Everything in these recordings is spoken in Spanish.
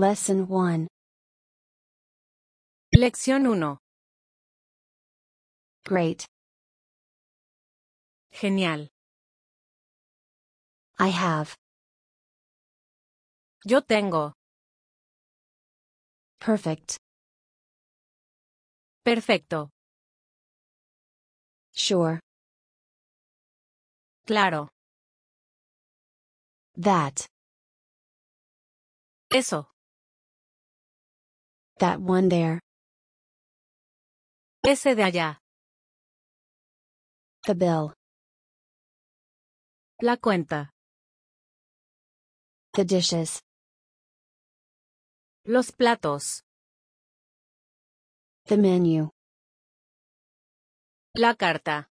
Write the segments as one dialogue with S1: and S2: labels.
S1: Lesson 1
S2: Lección 1.
S1: Great.
S2: Genial.
S1: I have.
S2: Yo tengo.
S1: Perfect.
S2: Perfecto.
S1: Sure.
S2: Claro.
S1: That.
S2: Eso.
S1: That one there.
S2: Ese de allá.
S1: The bill.
S2: La cuenta.
S1: The dishes.
S2: Los platos.
S1: The menu.
S2: La carta.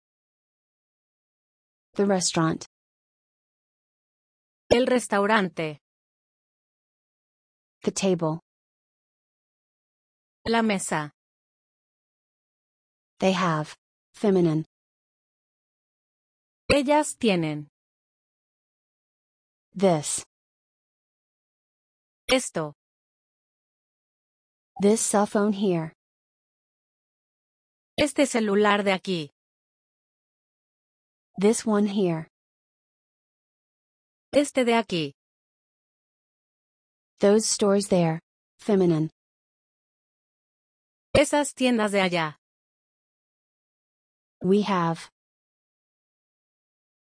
S1: The restaurant.
S2: El restaurante.
S1: The table.
S2: La mesa.
S1: They have. Feminine.
S2: Ellas tienen.
S1: This.
S2: Esto.
S1: This cell phone here.
S2: Este celular de aquí.
S1: This one here.
S2: Este de aquí.
S1: Those stores there. Feminine.
S2: Esas tiendas de allá.
S1: We have.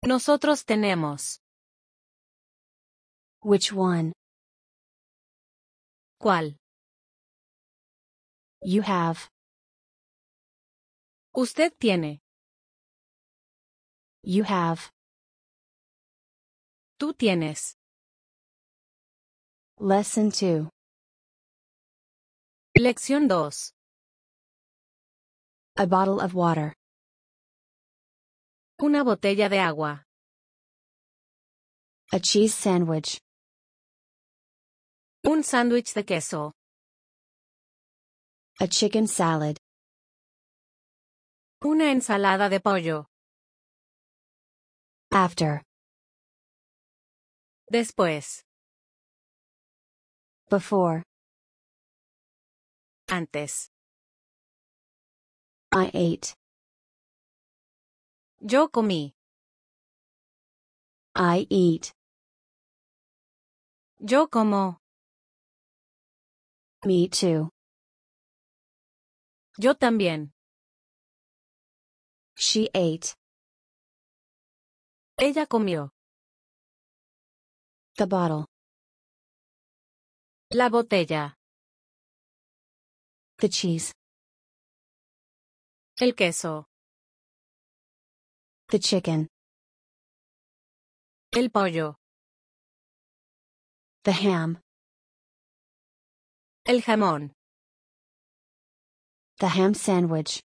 S2: Nosotros tenemos.
S1: Which one?
S2: ¿Cuál?
S1: You have.
S2: Usted tiene.
S1: You have.
S2: Tú tienes.
S1: Lesson 2.
S2: Lección 2.
S1: A bottle of water.
S2: Una botella de agua.
S1: A cheese sandwich.
S2: Un sándwich de queso.
S1: A chicken salad.
S2: Una ensalada de pollo.
S1: After.
S2: Después.
S1: Before.
S2: Antes.
S1: I ate.
S2: Yo comí.
S1: I eat.
S2: Yo como.
S1: Me too.
S2: Yo también.
S1: She ate.
S2: Ella comió.
S1: The bottle.
S2: La botella.
S1: The cheese.
S2: El queso.
S1: The chicken.
S2: El pollo.
S1: The ham.
S2: El jamón.
S1: The ham sandwich.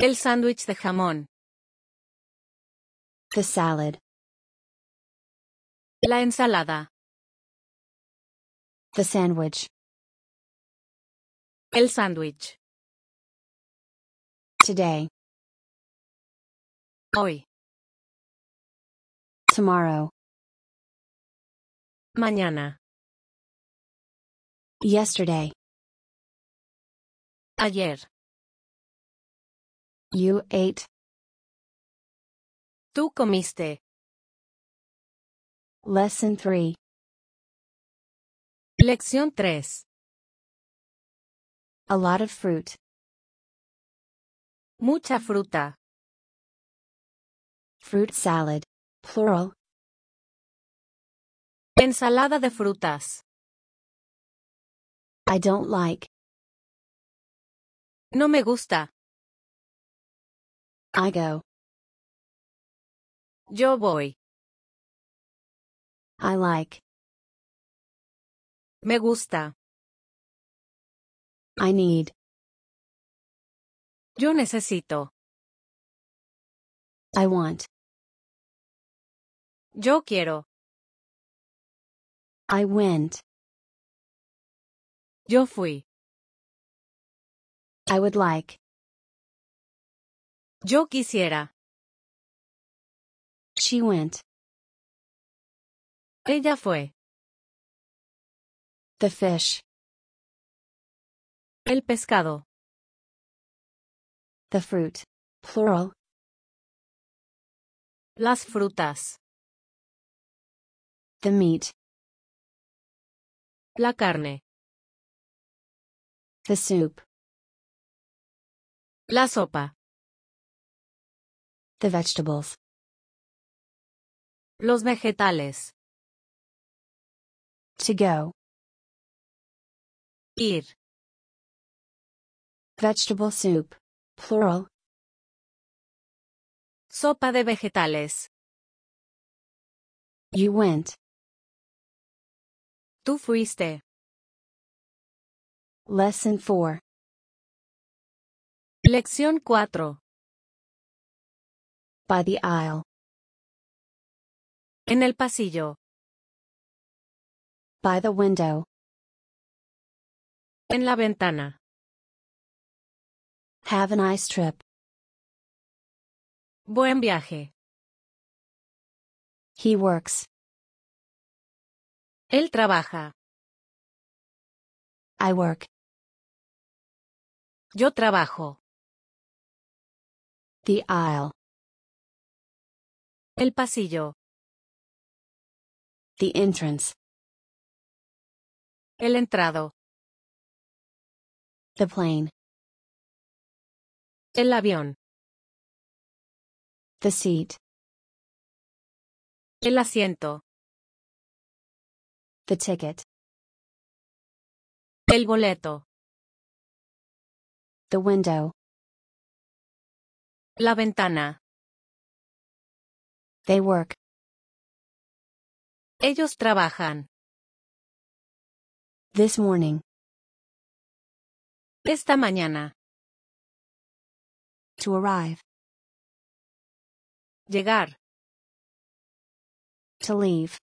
S2: El sándwich de jamón.
S1: The salad.
S2: La ensalada.
S1: The sandwich.
S2: El sándwich.
S1: Today.
S2: Hoy.
S1: Tomorrow.
S2: Mañana.
S1: Yesterday.
S2: Ayer.
S1: You ate.
S2: Tú comiste.
S1: Lesson 3.
S2: Lección 3.
S1: A lot of fruit.
S2: Mucha fruta.
S1: Fruit salad. Plural.
S2: Ensalada de frutas.
S1: I don't like.
S2: No me gusta.
S1: I go.
S2: Yo voy.
S1: I like.
S2: Me gusta.
S1: I need.
S2: Yo necesito.
S1: I want.
S2: Yo quiero.
S1: I went.
S2: Yo fui.
S1: I would like.
S2: Yo quisiera.
S1: She went.
S2: Ella fue.
S1: the fish,
S2: El pescado.
S1: the fruit, plural,
S2: Las frutas.
S1: the meat,
S2: La carne.
S1: the soup,
S2: La sopa.
S1: the vegetables,
S2: Los vegetales.
S1: to go,
S2: Ir.
S1: vegetable soup, plural,
S2: Sopa de vegetales.
S1: you went,
S2: Tú fuiste.
S1: lesson 4,
S2: Lección 4.
S1: by the aisle,
S2: En el pasillo.
S1: by the window,
S2: En la ventana.
S1: have an ice trip,
S2: Buen viaje.
S1: he works,
S2: Él trabaja.
S1: I work,
S2: Yo trabajo.
S1: the aisle,
S2: El pasillo.
S1: the entrance,
S2: El entrado.
S1: the plane,
S2: El avión.
S1: the seat,
S2: El asiento.
S1: the ticket,
S2: El boleto.
S1: the window,
S2: La ventana.
S1: they work,
S2: Ellos trabajan.
S1: this morning,
S2: Esta mañana.
S1: to arrive,
S2: Llegar.
S1: to leave,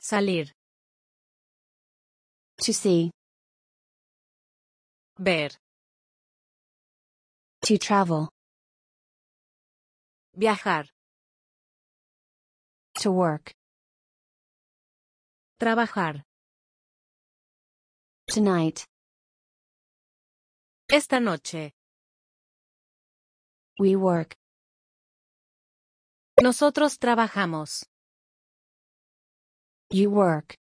S2: Salir.
S1: to see,
S2: Ver.
S1: to travel,
S2: Viajar.
S1: to work,
S2: Trabajar.
S1: tonight,
S2: Esta noche.
S1: we work,
S2: Nosotros trabajamos.
S1: you work,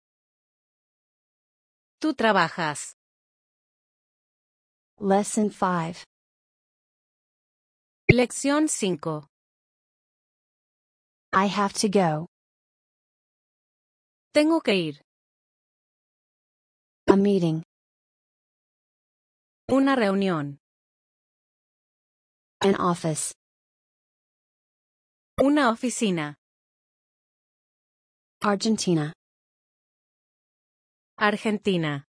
S2: Tú trabajas.
S1: lesson 5,
S2: Lección 5.
S1: I have to go,
S2: Tengo que ir.
S1: a meeting,
S2: Una reunión.
S1: an office,
S2: Una oficina.
S1: Argentina,
S2: Argentina.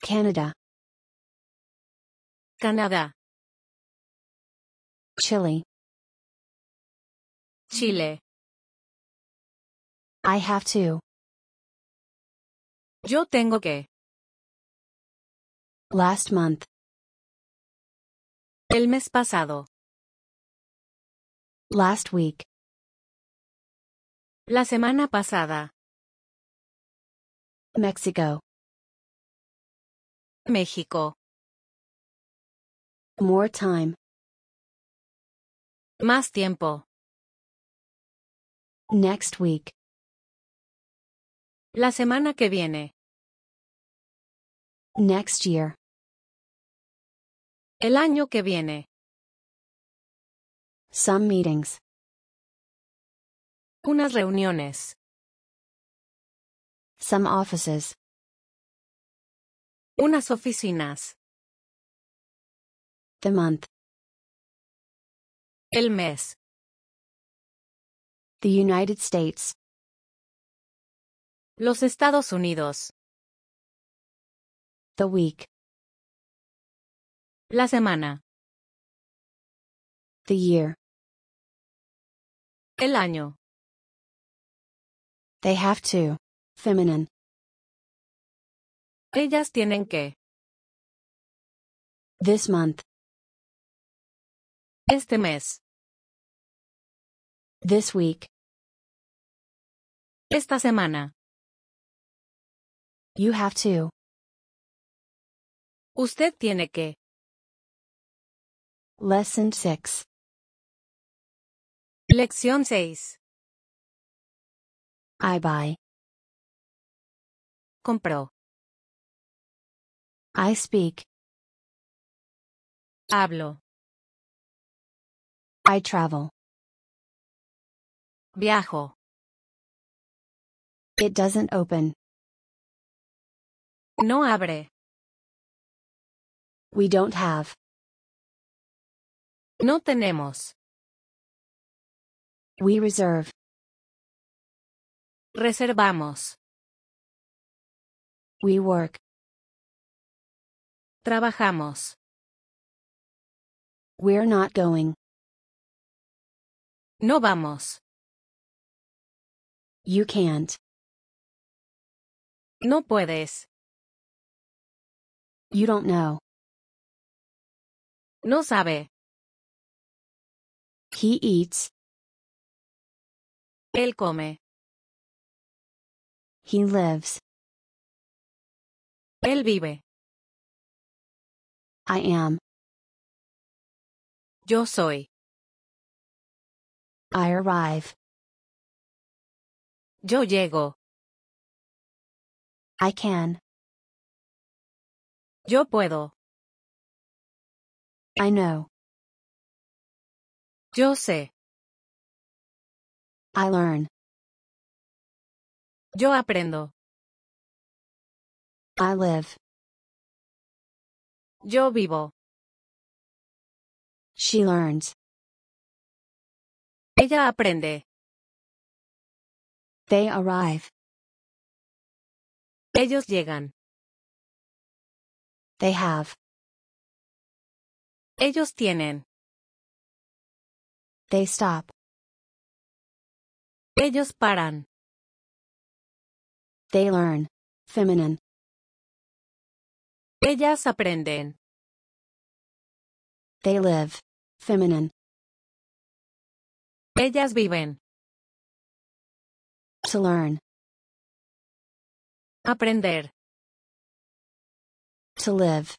S1: Canada,
S2: Canadá.
S1: Chile,
S2: Chile.
S1: I have to,
S2: Yo tengo que.
S1: last month,
S2: El mes pasado.
S1: last week,
S2: La semana pasada.
S1: Mexico,
S2: México.
S1: more time,
S2: Más tiempo.
S1: next week,
S2: La semana que viene.
S1: next year,
S2: El año que viene.
S1: some meetings,
S2: Unas reuniones.
S1: some offices,
S2: Unas oficinas.
S1: the month,
S2: El mes.
S1: the United States,
S2: Los Estados Unidos.
S1: the week,
S2: La semana.
S1: the year,
S2: El año.
S1: they have to, feminine,
S2: Ellas tienen que.
S1: this month,
S2: Este mes.
S1: this week,
S2: Esta semana.
S1: You have to.
S2: Usted tiene que.
S1: Lesson 6.
S2: Lección 6.
S1: I buy.
S2: Compró.
S1: I speak.
S2: Hablo.
S1: I travel.
S2: Viajo.
S1: It doesn't open.
S2: No abre.
S1: We don't have.
S2: No tenemos.
S1: We reserve.
S2: Reservamos.
S1: We work.
S2: Trabajamos.
S1: We're not going.
S2: No vamos.
S1: You can't.
S2: No puedes.
S1: You don't know.
S2: No sabe.
S1: He eats.
S2: Él come.
S1: He lives.
S2: Él vive.
S1: I am.
S2: Yo soy.
S1: I arrive.
S2: Yo llego.
S1: I can.
S2: Yo puedo.
S1: I know.
S2: Yo sé.
S1: I learn.
S2: Yo aprendo.
S1: I live.
S2: Yo vivo.
S1: She learns.
S2: Ella aprende.
S1: They arrive.
S2: Ellos llegan.
S1: They have.
S2: Ellos tienen.
S1: They stop.
S2: Ellos paran.
S1: They learn. Feminine.
S2: Ellas aprenden.
S1: They live. Feminine.
S2: Ellas viven.
S1: To learn.
S2: Aprender.
S1: To live.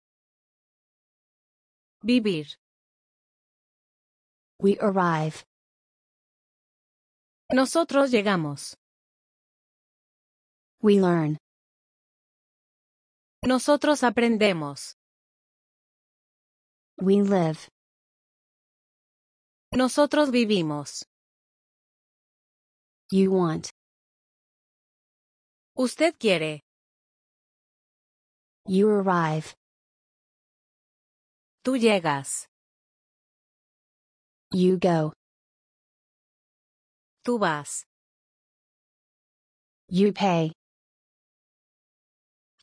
S2: Vivir.
S1: We arrive.
S2: Nosotros llegamos.
S1: We learn.
S2: Nosotros aprendemos.
S1: We live.
S2: Nosotros vivimos.
S1: You want.
S2: Usted quiere.
S1: You arrive.
S2: Tú llegas.
S1: You go.
S2: Tú vas.
S1: You pay.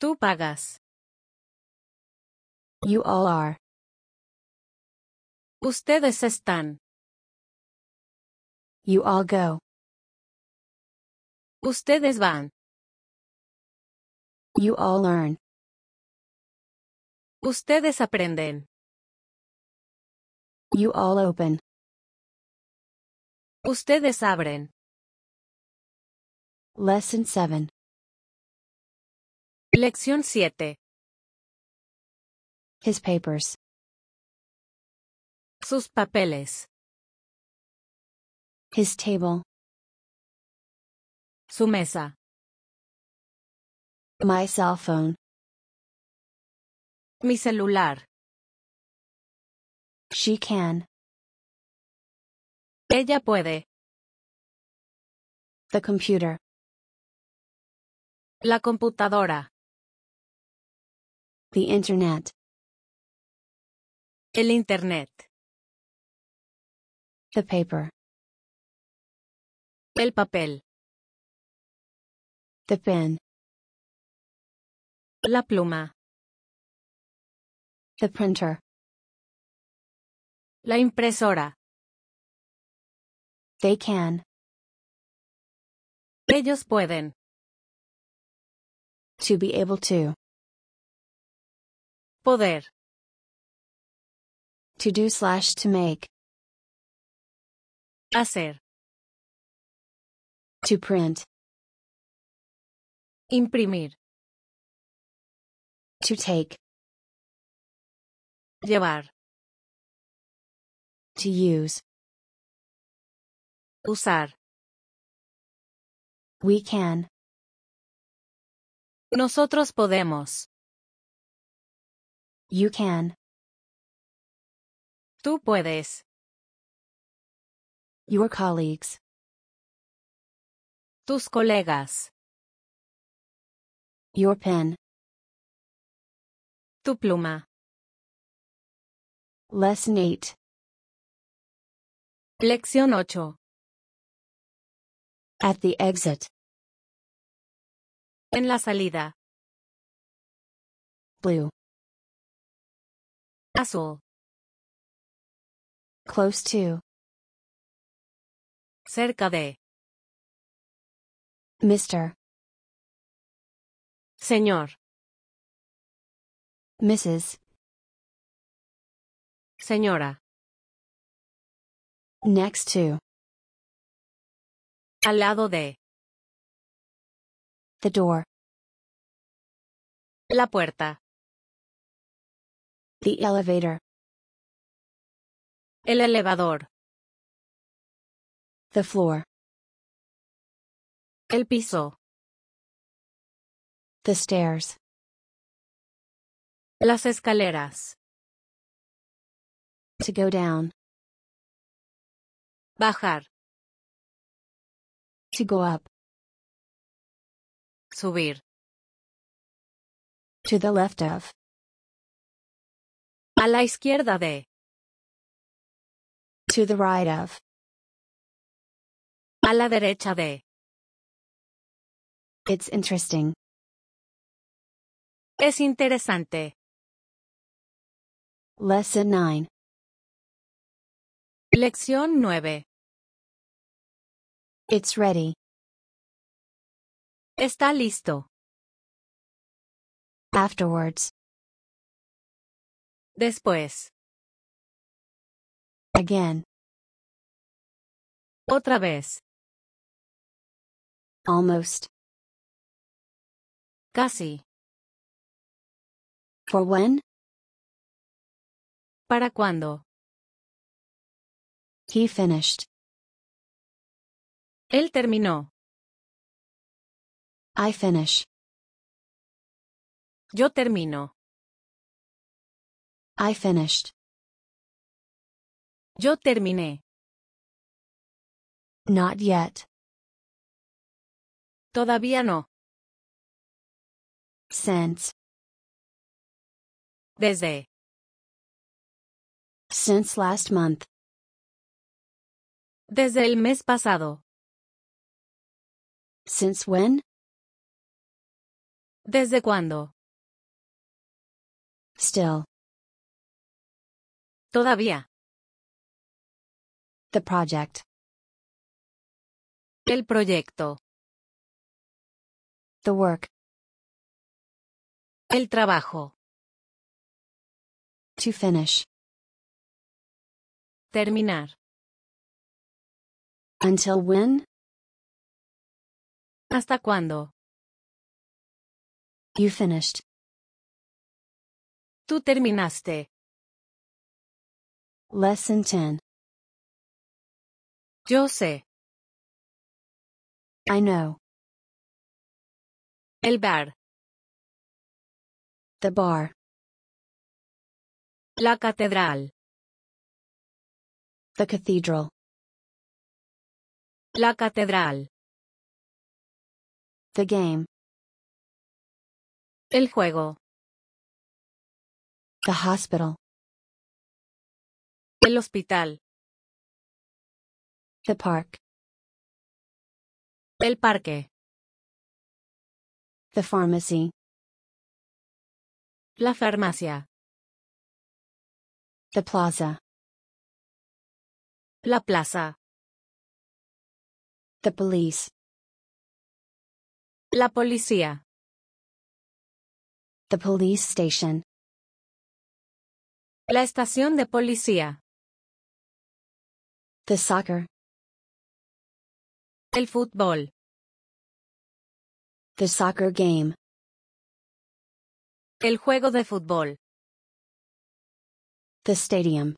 S2: Tú pagas.
S1: You all are.
S2: Ustedes están.
S1: You all go.
S2: Ustedes van.
S1: You all learn.
S2: Ustedes aprenden.
S1: You all open.
S2: Ustedes abren.
S1: Lesson 7.
S2: Lección 7.
S1: His papers.
S2: Sus papeles.
S1: His table.
S2: Su mesa.
S1: My cell phone.
S2: Mi celular.
S1: She can.
S2: Ella puede.
S1: The computer.
S2: La computadora.
S1: The internet.
S2: El internet.
S1: The paper.
S2: El papel.
S1: The pen.
S2: La pluma.
S1: The printer.
S2: La impresora.
S1: They can.
S2: Ellos pueden.
S1: To be able to.
S2: Poder.
S1: To do slash to make.
S2: Hacer.
S1: To print.
S2: Imprimir.
S1: To take.
S2: llevar,
S1: To use.
S2: usar,
S1: We can.
S2: nosotros podemos,
S1: You can.
S2: tú puedes,
S1: Your colleagues.
S2: tus colegas,
S1: Your pen.
S2: tu pluma,
S1: Lesson 8.
S2: lección 8,
S1: At the exit.
S2: en la salida,
S1: Blue.
S2: azul,
S1: Close to.
S2: cerca de,
S1: Mr.
S2: señor,
S1: Mrs.
S2: señora,
S1: Next to.
S2: al lado de,
S1: The door.
S2: la puerta,
S1: The elevator.
S2: el elevador,
S1: The floor.
S2: el piso,
S1: The stairs.
S2: las escaleras,
S1: To go down.
S2: bajar,
S1: To go up.
S2: subir,
S1: To the left of.
S2: a la izquierda de,
S1: To the right of.
S2: a la derecha de,
S1: It's interesting.
S2: es interesante,
S1: Lesson 9.
S2: lección 9,
S1: It's ready.
S2: está listo,
S1: Afterwards.
S2: después,
S1: Again.
S2: otra vez,
S1: Almost.
S2: casi,
S1: For when?
S2: para cuando,
S1: He finished.
S2: él terminó,
S1: I finish.
S2: yo termino,
S1: I finished.
S2: yo terminé,
S1: Not yet.
S2: todavía no,
S1: Since.
S2: desde,
S1: Since last month.
S2: desde el mes pasado,
S1: Since when?
S2: desde cuándo,
S1: Still.
S2: todavía,
S1: The project.
S2: el proyecto,
S1: The work.
S2: el trabajo,
S1: To finish.
S2: terminar,
S1: Until when?
S2: hasta cuándo,
S1: You finished.
S2: tú terminaste,
S1: Lesson 10.
S2: yo sé,
S1: I know.
S2: el bar,
S1: The bar.
S2: la catedral,
S1: The cathedral.
S2: la catedral,
S1: The game.
S2: el juego,
S1: The hospital.
S2: el hospital,
S1: The park.
S2: el parque,
S1: The pharmacy.
S2: la farmacia,
S1: The plaza.
S2: la plaza,
S1: The police.
S2: la policía,
S1: The police station.
S2: la estación de policía,
S1: The soccer.
S2: el fútbol,
S1: The soccer game.
S2: El juego de fútbol.
S1: The stadium.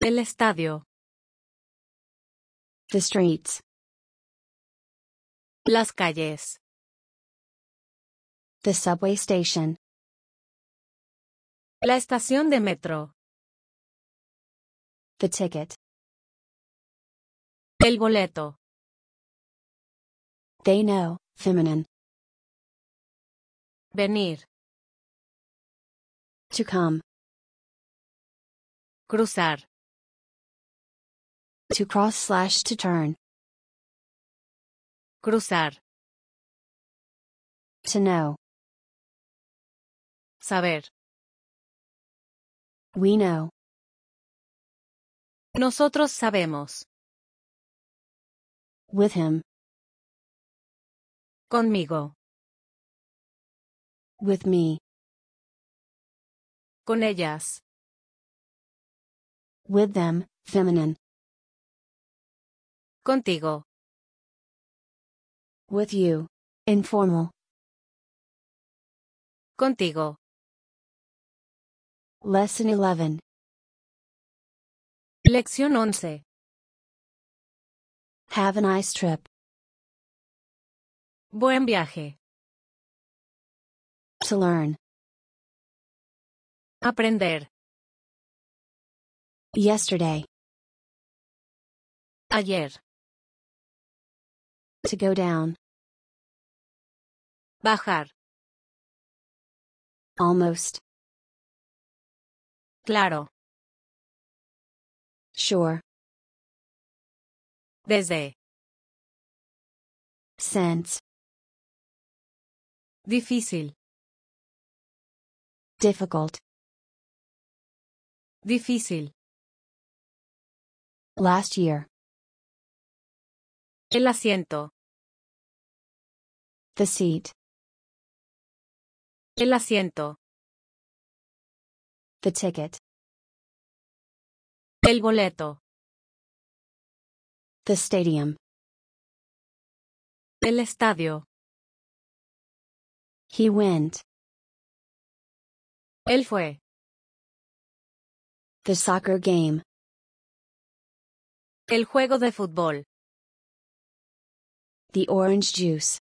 S2: El estadio.
S1: The streets.
S2: Las calles.
S1: The subway station.
S2: La estación de metro.
S1: The ticket.
S2: El boleto.
S1: They know, feminine.
S2: Venir.
S1: To come.
S2: Cruzar.
S1: To cross slash to turn.
S2: Cruzar.
S1: To know.
S2: Saber.
S1: We know.
S2: Nosotros sabemos.
S1: With him.
S2: Conmigo.
S1: With me.
S2: Con ellas.
S1: With them, feminine.
S2: Contigo.
S1: With you. Informal.
S2: Contigo.
S1: Lesson 11.
S2: Lección 11.
S1: Have a nice trip.
S2: Buen viaje.
S1: To learn.
S2: Aprender.
S1: Yesterday.
S2: Ayer.
S1: To go down.
S2: Bajar.
S1: Almost.
S2: Claro.
S1: Sure.
S2: Desde.
S1: Sense.
S2: Difícil.
S1: Difficult.
S2: Difícil.
S1: Last year.
S2: El asiento.
S1: The seat.
S2: El asiento.
S1: The ticket.
S2: El boleto.
S1: The stadium.
S2: El estadio.
S1: He went.
S2: Él fue.
S1: The soccer game.
S2: El juego de fútbol.
S1: The orange juice.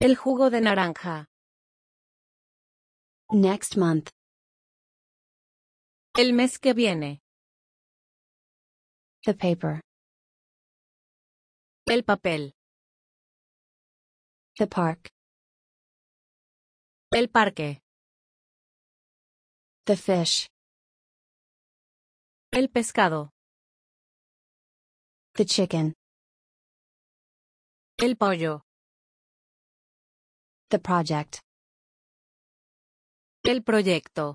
S2: El jugo de naranja.
S1: Next month.
S2: El mes que viene.
S1: The paper.
S2: El papel.
S1: The park.
S2: El parque.
S1: The fish.
S2: El pescado.
S1: The chicken.
S2: El pollo.
S1: The project.
S2: El proyecto.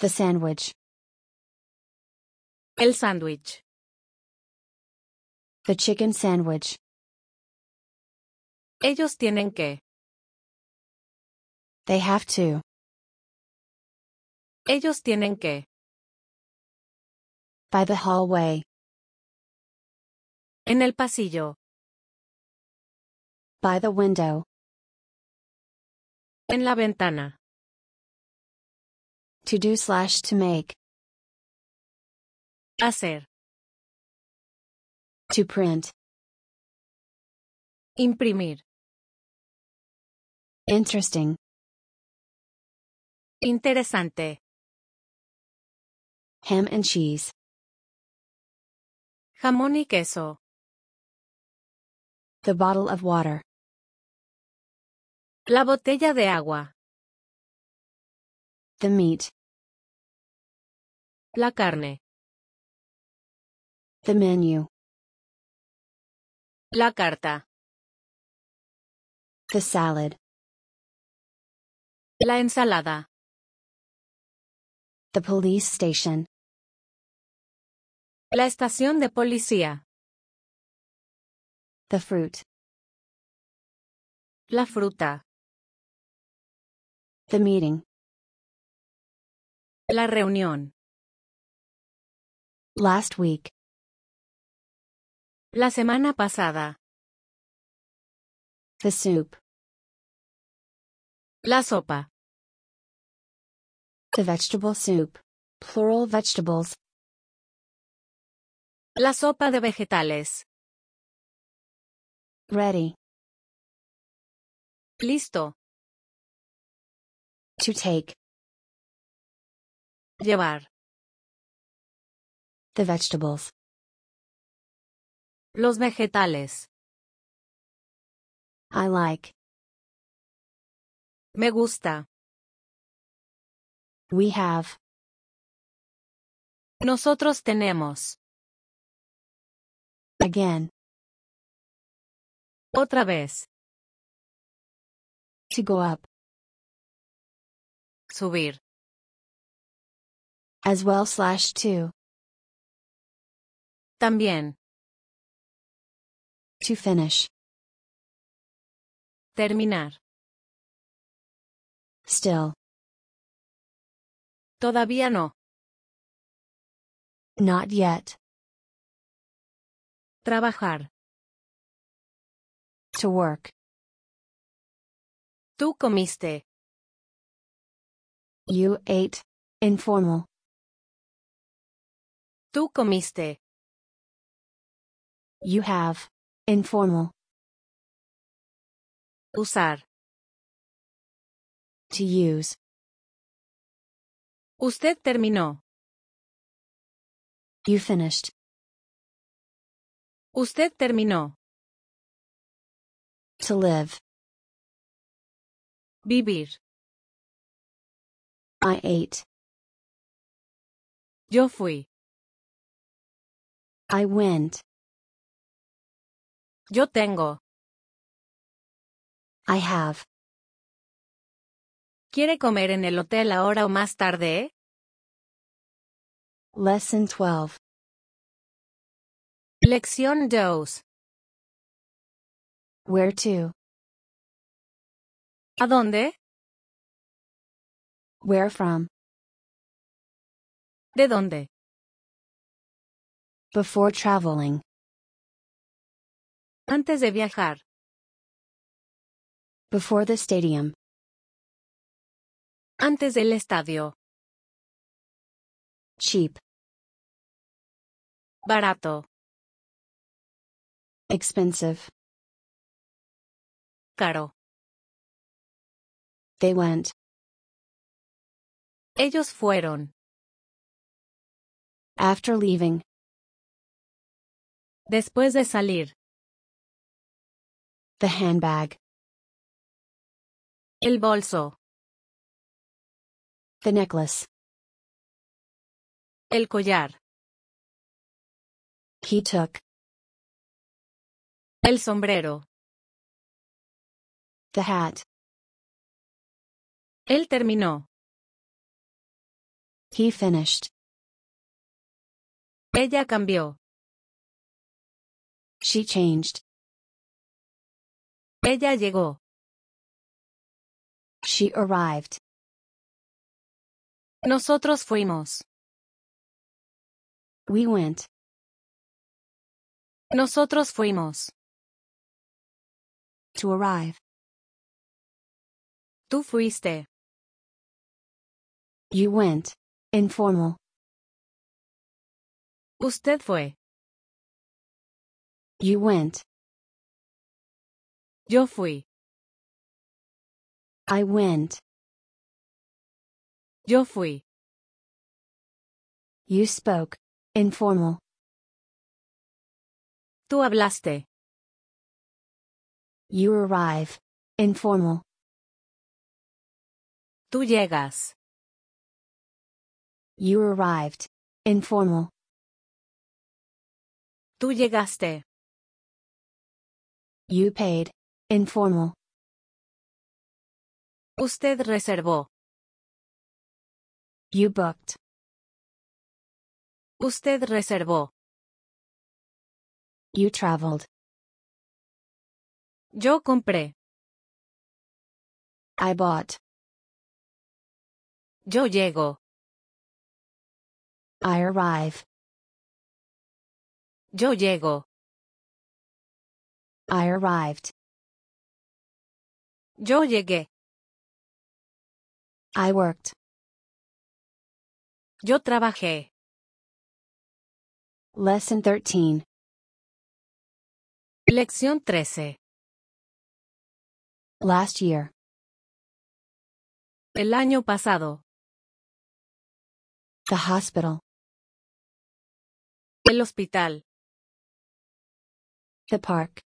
S1: The sandwich.
S2: El sándwich.
S1: The chicken sandwich.
S2: Ellos tienen que.
S1: They have to.
S2: Ellos tienen que.
S1: By the hallway.
S2: En el pasillo.
S1: By the window.
S2: En la ventana.
S1: To do slash to make.
S2: Hacer.
S1: To print.
S2: Imprimir.
S1: Interesting.
S2: Interesante.
S1: Ham and cheese.
S2: Jamón y queso.
S1: The bottle of water.
S2: La botella de agua.
S1: The meat.
S2: La carne.
S1: The menu.
S2: La carta.
S1: The salad.
S2: La ensalada.
S1: The police station.
S2: La estación de policía.
S1: The fruit.
S2: La fruta.
S1: The meeting.
S2: La reunión.
S1: Last week.
S2: La semana pasada.
S1: The soup.
S2: La sopa.
S1: The vegetable soup. Plural vegetables.
S2: La sopa de vegetales.
S1: Ready.
S2: Listo.
S1: To take.
S2: Llevar.
S1: The vegetables.
S2: Los vegetales.
S1: I like.
S2: Me gusta.
S1: We have.
S2: Nosotros tenemos.
S1: Again.
S2: Otra vez.
S1: To go up.
S2: Subir.
S1: As well slash to.
S2: También.
S1: To finish.
S2: Terminar.
S1: Still.
S2: Todavía no.
S1: Not yet.
S2: Trabajar.
S1: To work.
S2: Tú comiste.
S1: You ate. Informal.
S2: Tú comiste.
S1: You have. Informal.
S2: Usar.
S1: To use.
S2: Usted terminó.
S1: You finished.
S2: Usted terminó.
S1: To live.
S2: Vivir.
S1: I ate.
S2: Yo fui.
S1: I went.
S2: Yo tengo.
S1: I have.
S2: ¿Quiere comer en el hotel ahora o más tarde?
S1: Lesson 12.
S2: Lección 2.
S1: Where to?
S2: ¿A dónde?
S1: Where from?
S2: ¿De dónde?
S1: Before traveling.
S2: Antes de viajar.
S1: Before the stadium.
S2: Antes del estadio.
S1: Cheap.
S2: Barato.
S1: Expensive.
S2: Caro.
S1: They went.
S2: Ellos fueron.
S1: After leaving.
S2: Después de salir.
S1: The handbag.
S2: El bolso.
S1: The necklace.
S2: El collar.
S1: He took.
S2: El sombrero.
S1: The hat.
S2: Él terminó.
S1: He finished.
S2: Ella cambió.
S1: She changed.
S2: Ella llegó.
S1: She arrived.
S2: Nosotros fuimos.
S1: We went.
S2: Nosotros fuimos.
S1: To arrive.
S2: Tú fuiste.
S1: You went. Informal.
S2: Usted fue.
S1: You went.
S2: Yo fui.
S1: I went.
S2: Yo fui.
S1: You spoke. Informal.
S2: Tú hablaste.
S1: You arrive. Informal.
S2: Tú llegas.
S1: You arrived. Informal.
S2: Tú llegaste.
S1: You paid. Informal.
S2: Usted reservó.
S1: You booked.
S2: Usted reservó.
S1: You traveled.
S2: Yo compré.
S1: I bought.
S2: Yo llego.
S1: I arrive.
S2: Yo llego.
S1: I arrived.
S2: Yo llegué.
S1: I worked.
S2: Yo trabajé.
S1: Lesson 13.
S2: Lección 13.
S1: Last year.
S2: El año pasado.
S1: The hospital.
S2: El hospital.
S1: The park.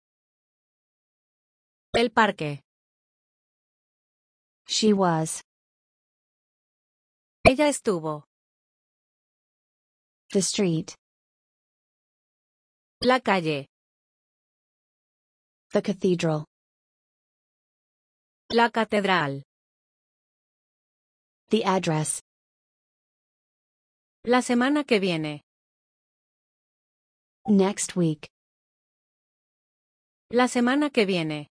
S2: El parque.
S1: She was.
S2: Ella estuvo.
S1: The street.
S2: La calle.
S1: The cathedral.
S2: La catedral.
S1: The address.
S2: La semana que viene.
S1: Next week.
S2: La semana que viene.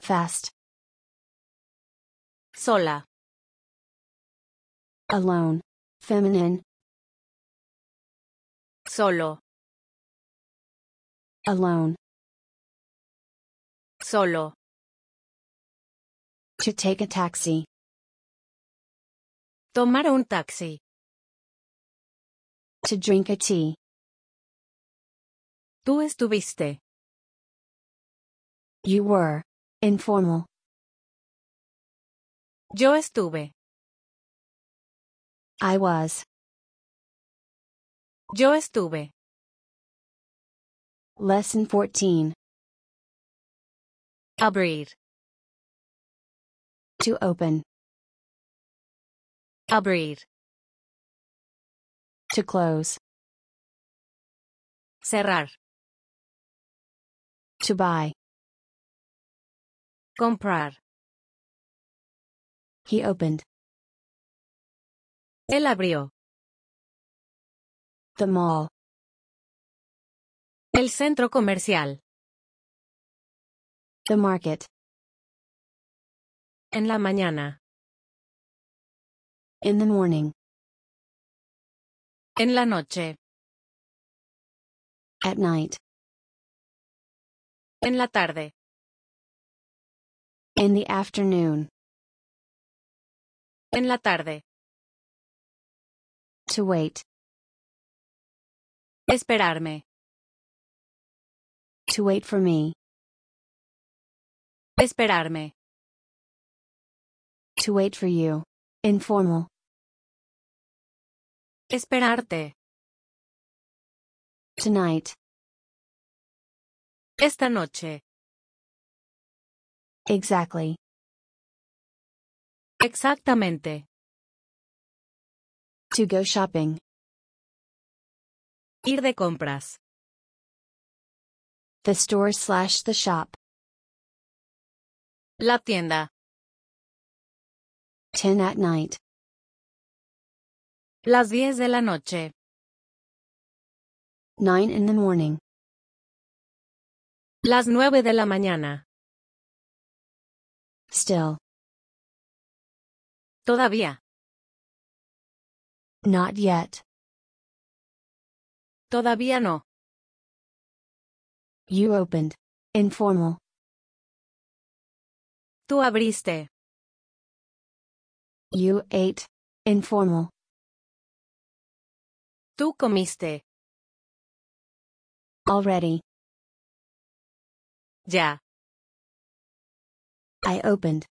S1: Fast.
S2: Sola.
S1: Alone. Feminine.
S2: Solo.
S1: Alone.
S2: Solo.
S1: To take a taxi.
S2: Tomar un taxi.
S1: To drink a tea.
S2: Tú estuviste.
S1: You were. Informal.
S2: Yo estuve.
S1: I was.
S2: Yo estuve.
S1: Lesson 14.
S2: Abrir.
S1: To open.
S2: Abrir.
S1: To close.
S2: Cerrar.
S1: To buy.
S2: Comprar.
S1: He opened.
S2: Él abrió.
S1: The mall.
S2: El centro comercial.
S1: The market.
S2: En la mañana.
S1: In the morning.
S2: En la noche.
S1: At night.
S2: En la tarde.
S1: In the afternoon.
S2: En la tarde.
S1: To wait.
S2: Esperarme.
S1: To wait for me.
S2: Esperarme.
S1: To wait for you. Informal.
S2: Esperarte.
S1: Tonight.
S2: Esta noche.
S1: Exactly.
S2: Exactamente.
S1: To go shopping.
S2: Ir de compras.
S1: The store slash the shop.
S2: La tienda.
S1: 10 at night.
S2: Las 10 de la noche.
S1: 9 in the morning.
S2: Las 9 de la mañana.
S1: Still.
S2: Todavía.
S1: Not yet.
S2: Todavía no.
S1: You opened. Informal.
S2: Tú abriste.
S1: You ate. Informal.
S2: Tú comiste.
S1: Already.
S2: Ya.
S1: I opened.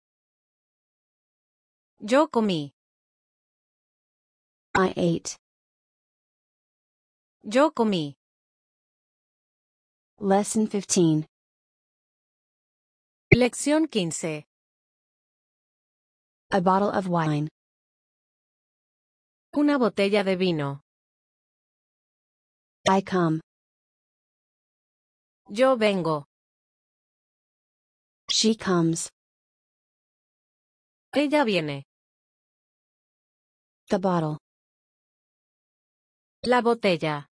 S2: Yo comí.
S1: I ate.
S2: Yo comí.
S1: Lesson 15.
S2: Lección 15.
S1: A bottle of wine.
S2: Una botella de vino.
S1: I come.
S2: Yo vengo.
S1: She comes.
S2: Ella viene.
S1: The bottle.
S2: La botella.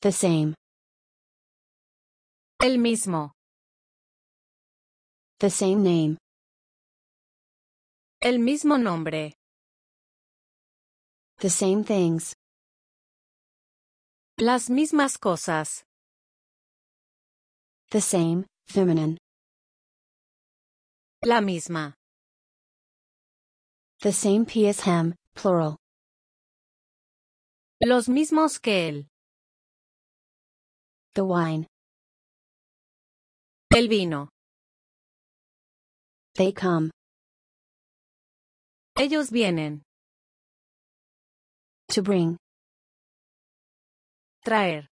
S1: The same.
S2: El mismo.
S1: The same name.
S2: El mismo nombre.
S1: The same things.
S2: Las mismas cosas.
S1: The same, feminine.
S2: La misma.
S1: The same p as him, plural.
S2: Los mismos que él.
S1: The wine.
S2: El vino.
S1: They come.
S2: Ellos vienen.
S1: To bring.
S2: Traer.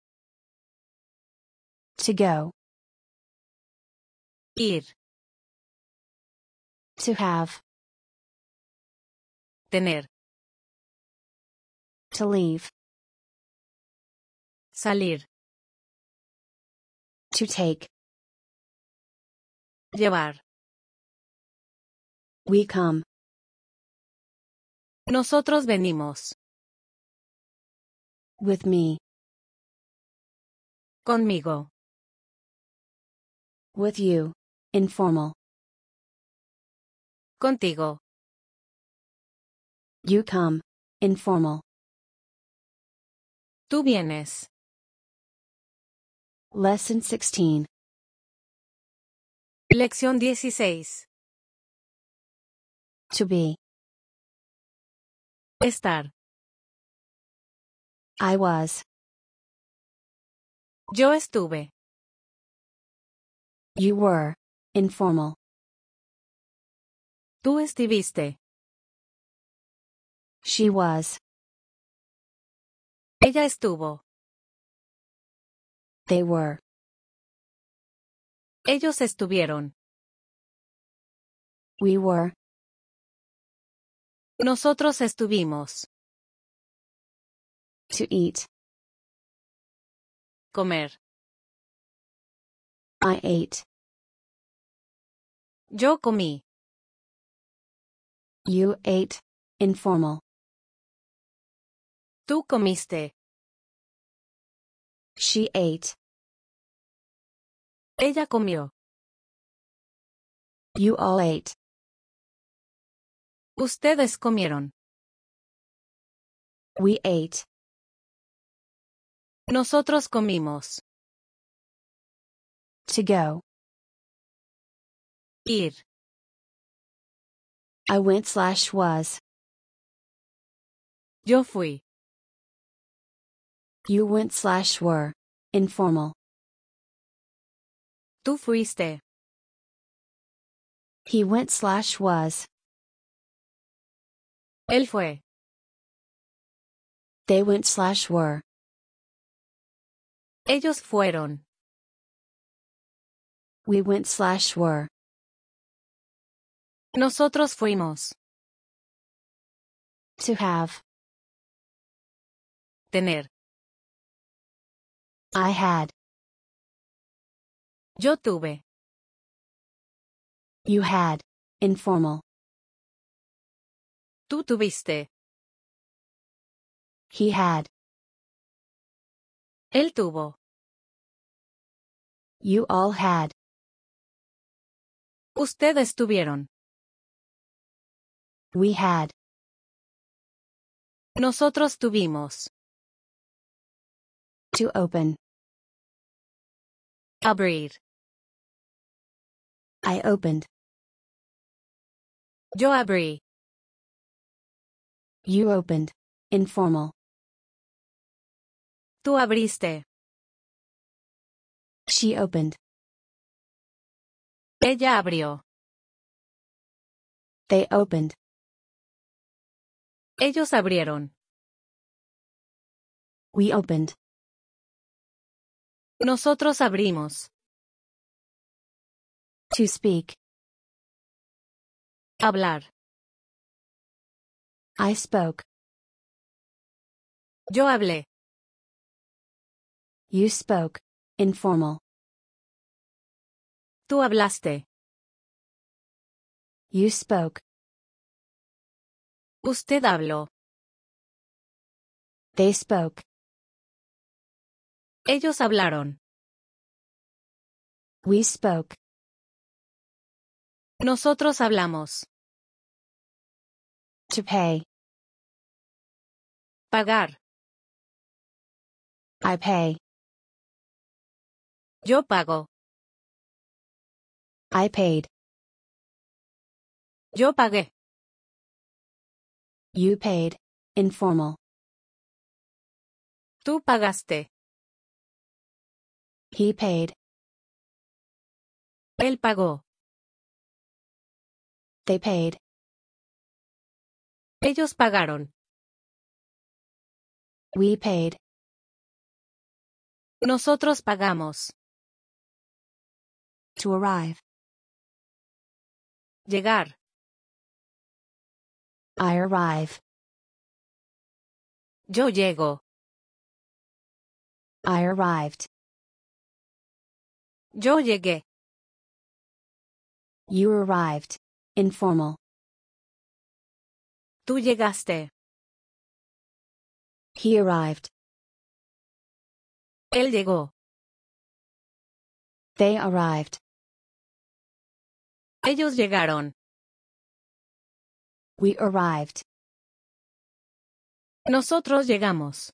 S1: To go.
S2: Ir.
S1: To have.
S2: Tener.
S1: To leave.
S2: Salir.
S1: To take.
S2: Llevar.
S1: We come.
S2: Nosotros venimos.
S1: With me.
S2: Conmigo.
S1: With you. Informal.
S2: Contigo.
S1: You come. Informal.
S2: Tú vienes.
S1: Lesson 16.
S2: Lección 16.
S1: To be.
S2: Estar.
S1: I was.
S2: Yo estuve.
S1: You were. Informal.
S2: Tú estuviste.
S1: She was.
S2: Ella estuvo.
S1: They were.
S2: Ellos estuvieron.
S1: We were.
S2: Nosotros estuvimos.
S1: To eat.
S2: Comer.
S1: I ate.
S2: Yo comí.
S1: You ate. Informal.
S2: Tú comiste.
S1: She ate.
S2: Ella comió.
S1: You all ate.
S2: Ustedes comieron.
S1: We ate.
S2: Nosotros comimos.
S1: To go.
S2: Ir.
S1: I went slash was.
S2: Yo fui.
S1: You went slash were. Informal.
S2: Tú fuiste.
S1: He went slash was.
S2: Él fue.
S1: They went slash were.
S2: Ellos fueron.
S1: We went slash were.
S2: Nosotros fuimos.
S1: To have.
S2: Tener.
S1: I had.
S2: Yo tuve.
S1: You had. Informal.
S2: Tú tuviste.
S1: He had.
S2: Él tuvo.
S1: You all had.
S2: Ustedes tuvieron.
S1: We had.
S2: Nosotros tuvimos.
S1: To open.
S2: Abrir.
S1: I opened.
S2: Yo abrí.
S1: You opened. Informal.
S2: Tú abriste.
S1: She opened.
S2: Ella abrió.
S1: They opened.
S2: Ellos abrieron.
S1: We opened.
S2: Nosotros abrimos.
S1: To speak.
S2: Hablar.
S1: I spoke.
S2: Yo hablé.
S1: You spoke. Informal.
S2: Tú hablaste.
S1: You spoke.
S2: Usted habló.
S1: They spoke.
S2: Ellos hablaron.
S1: We spoke.
S2: Nosotros hablamos.
S1: To pay.
S2: Pagar.
S1: I pay.
S2: Yo pago.
S1: I paid.
S2: Yo pagué.
S1: You paid. Informal.
S2: Tú pagaste.
S1: He paid.
S2: Él pagó.
S1: They paid.
S2: Ellos pagaron.
S1: We paid.
S2: Nosotros pagamos.
S1: To arrive.
S2: Llegar.
S1: I arrive.
S2: Yo llego.
S1: I arrived.
S2: Yo llegué.
S1: You arrived. Informal.
S2: Tú llegaste.
S1: He arrived.
S2: Él llegó.
S1: They arrived.
S2: Ellos llegaron.
S1: We arrived.
S2: Nosotros llegamos.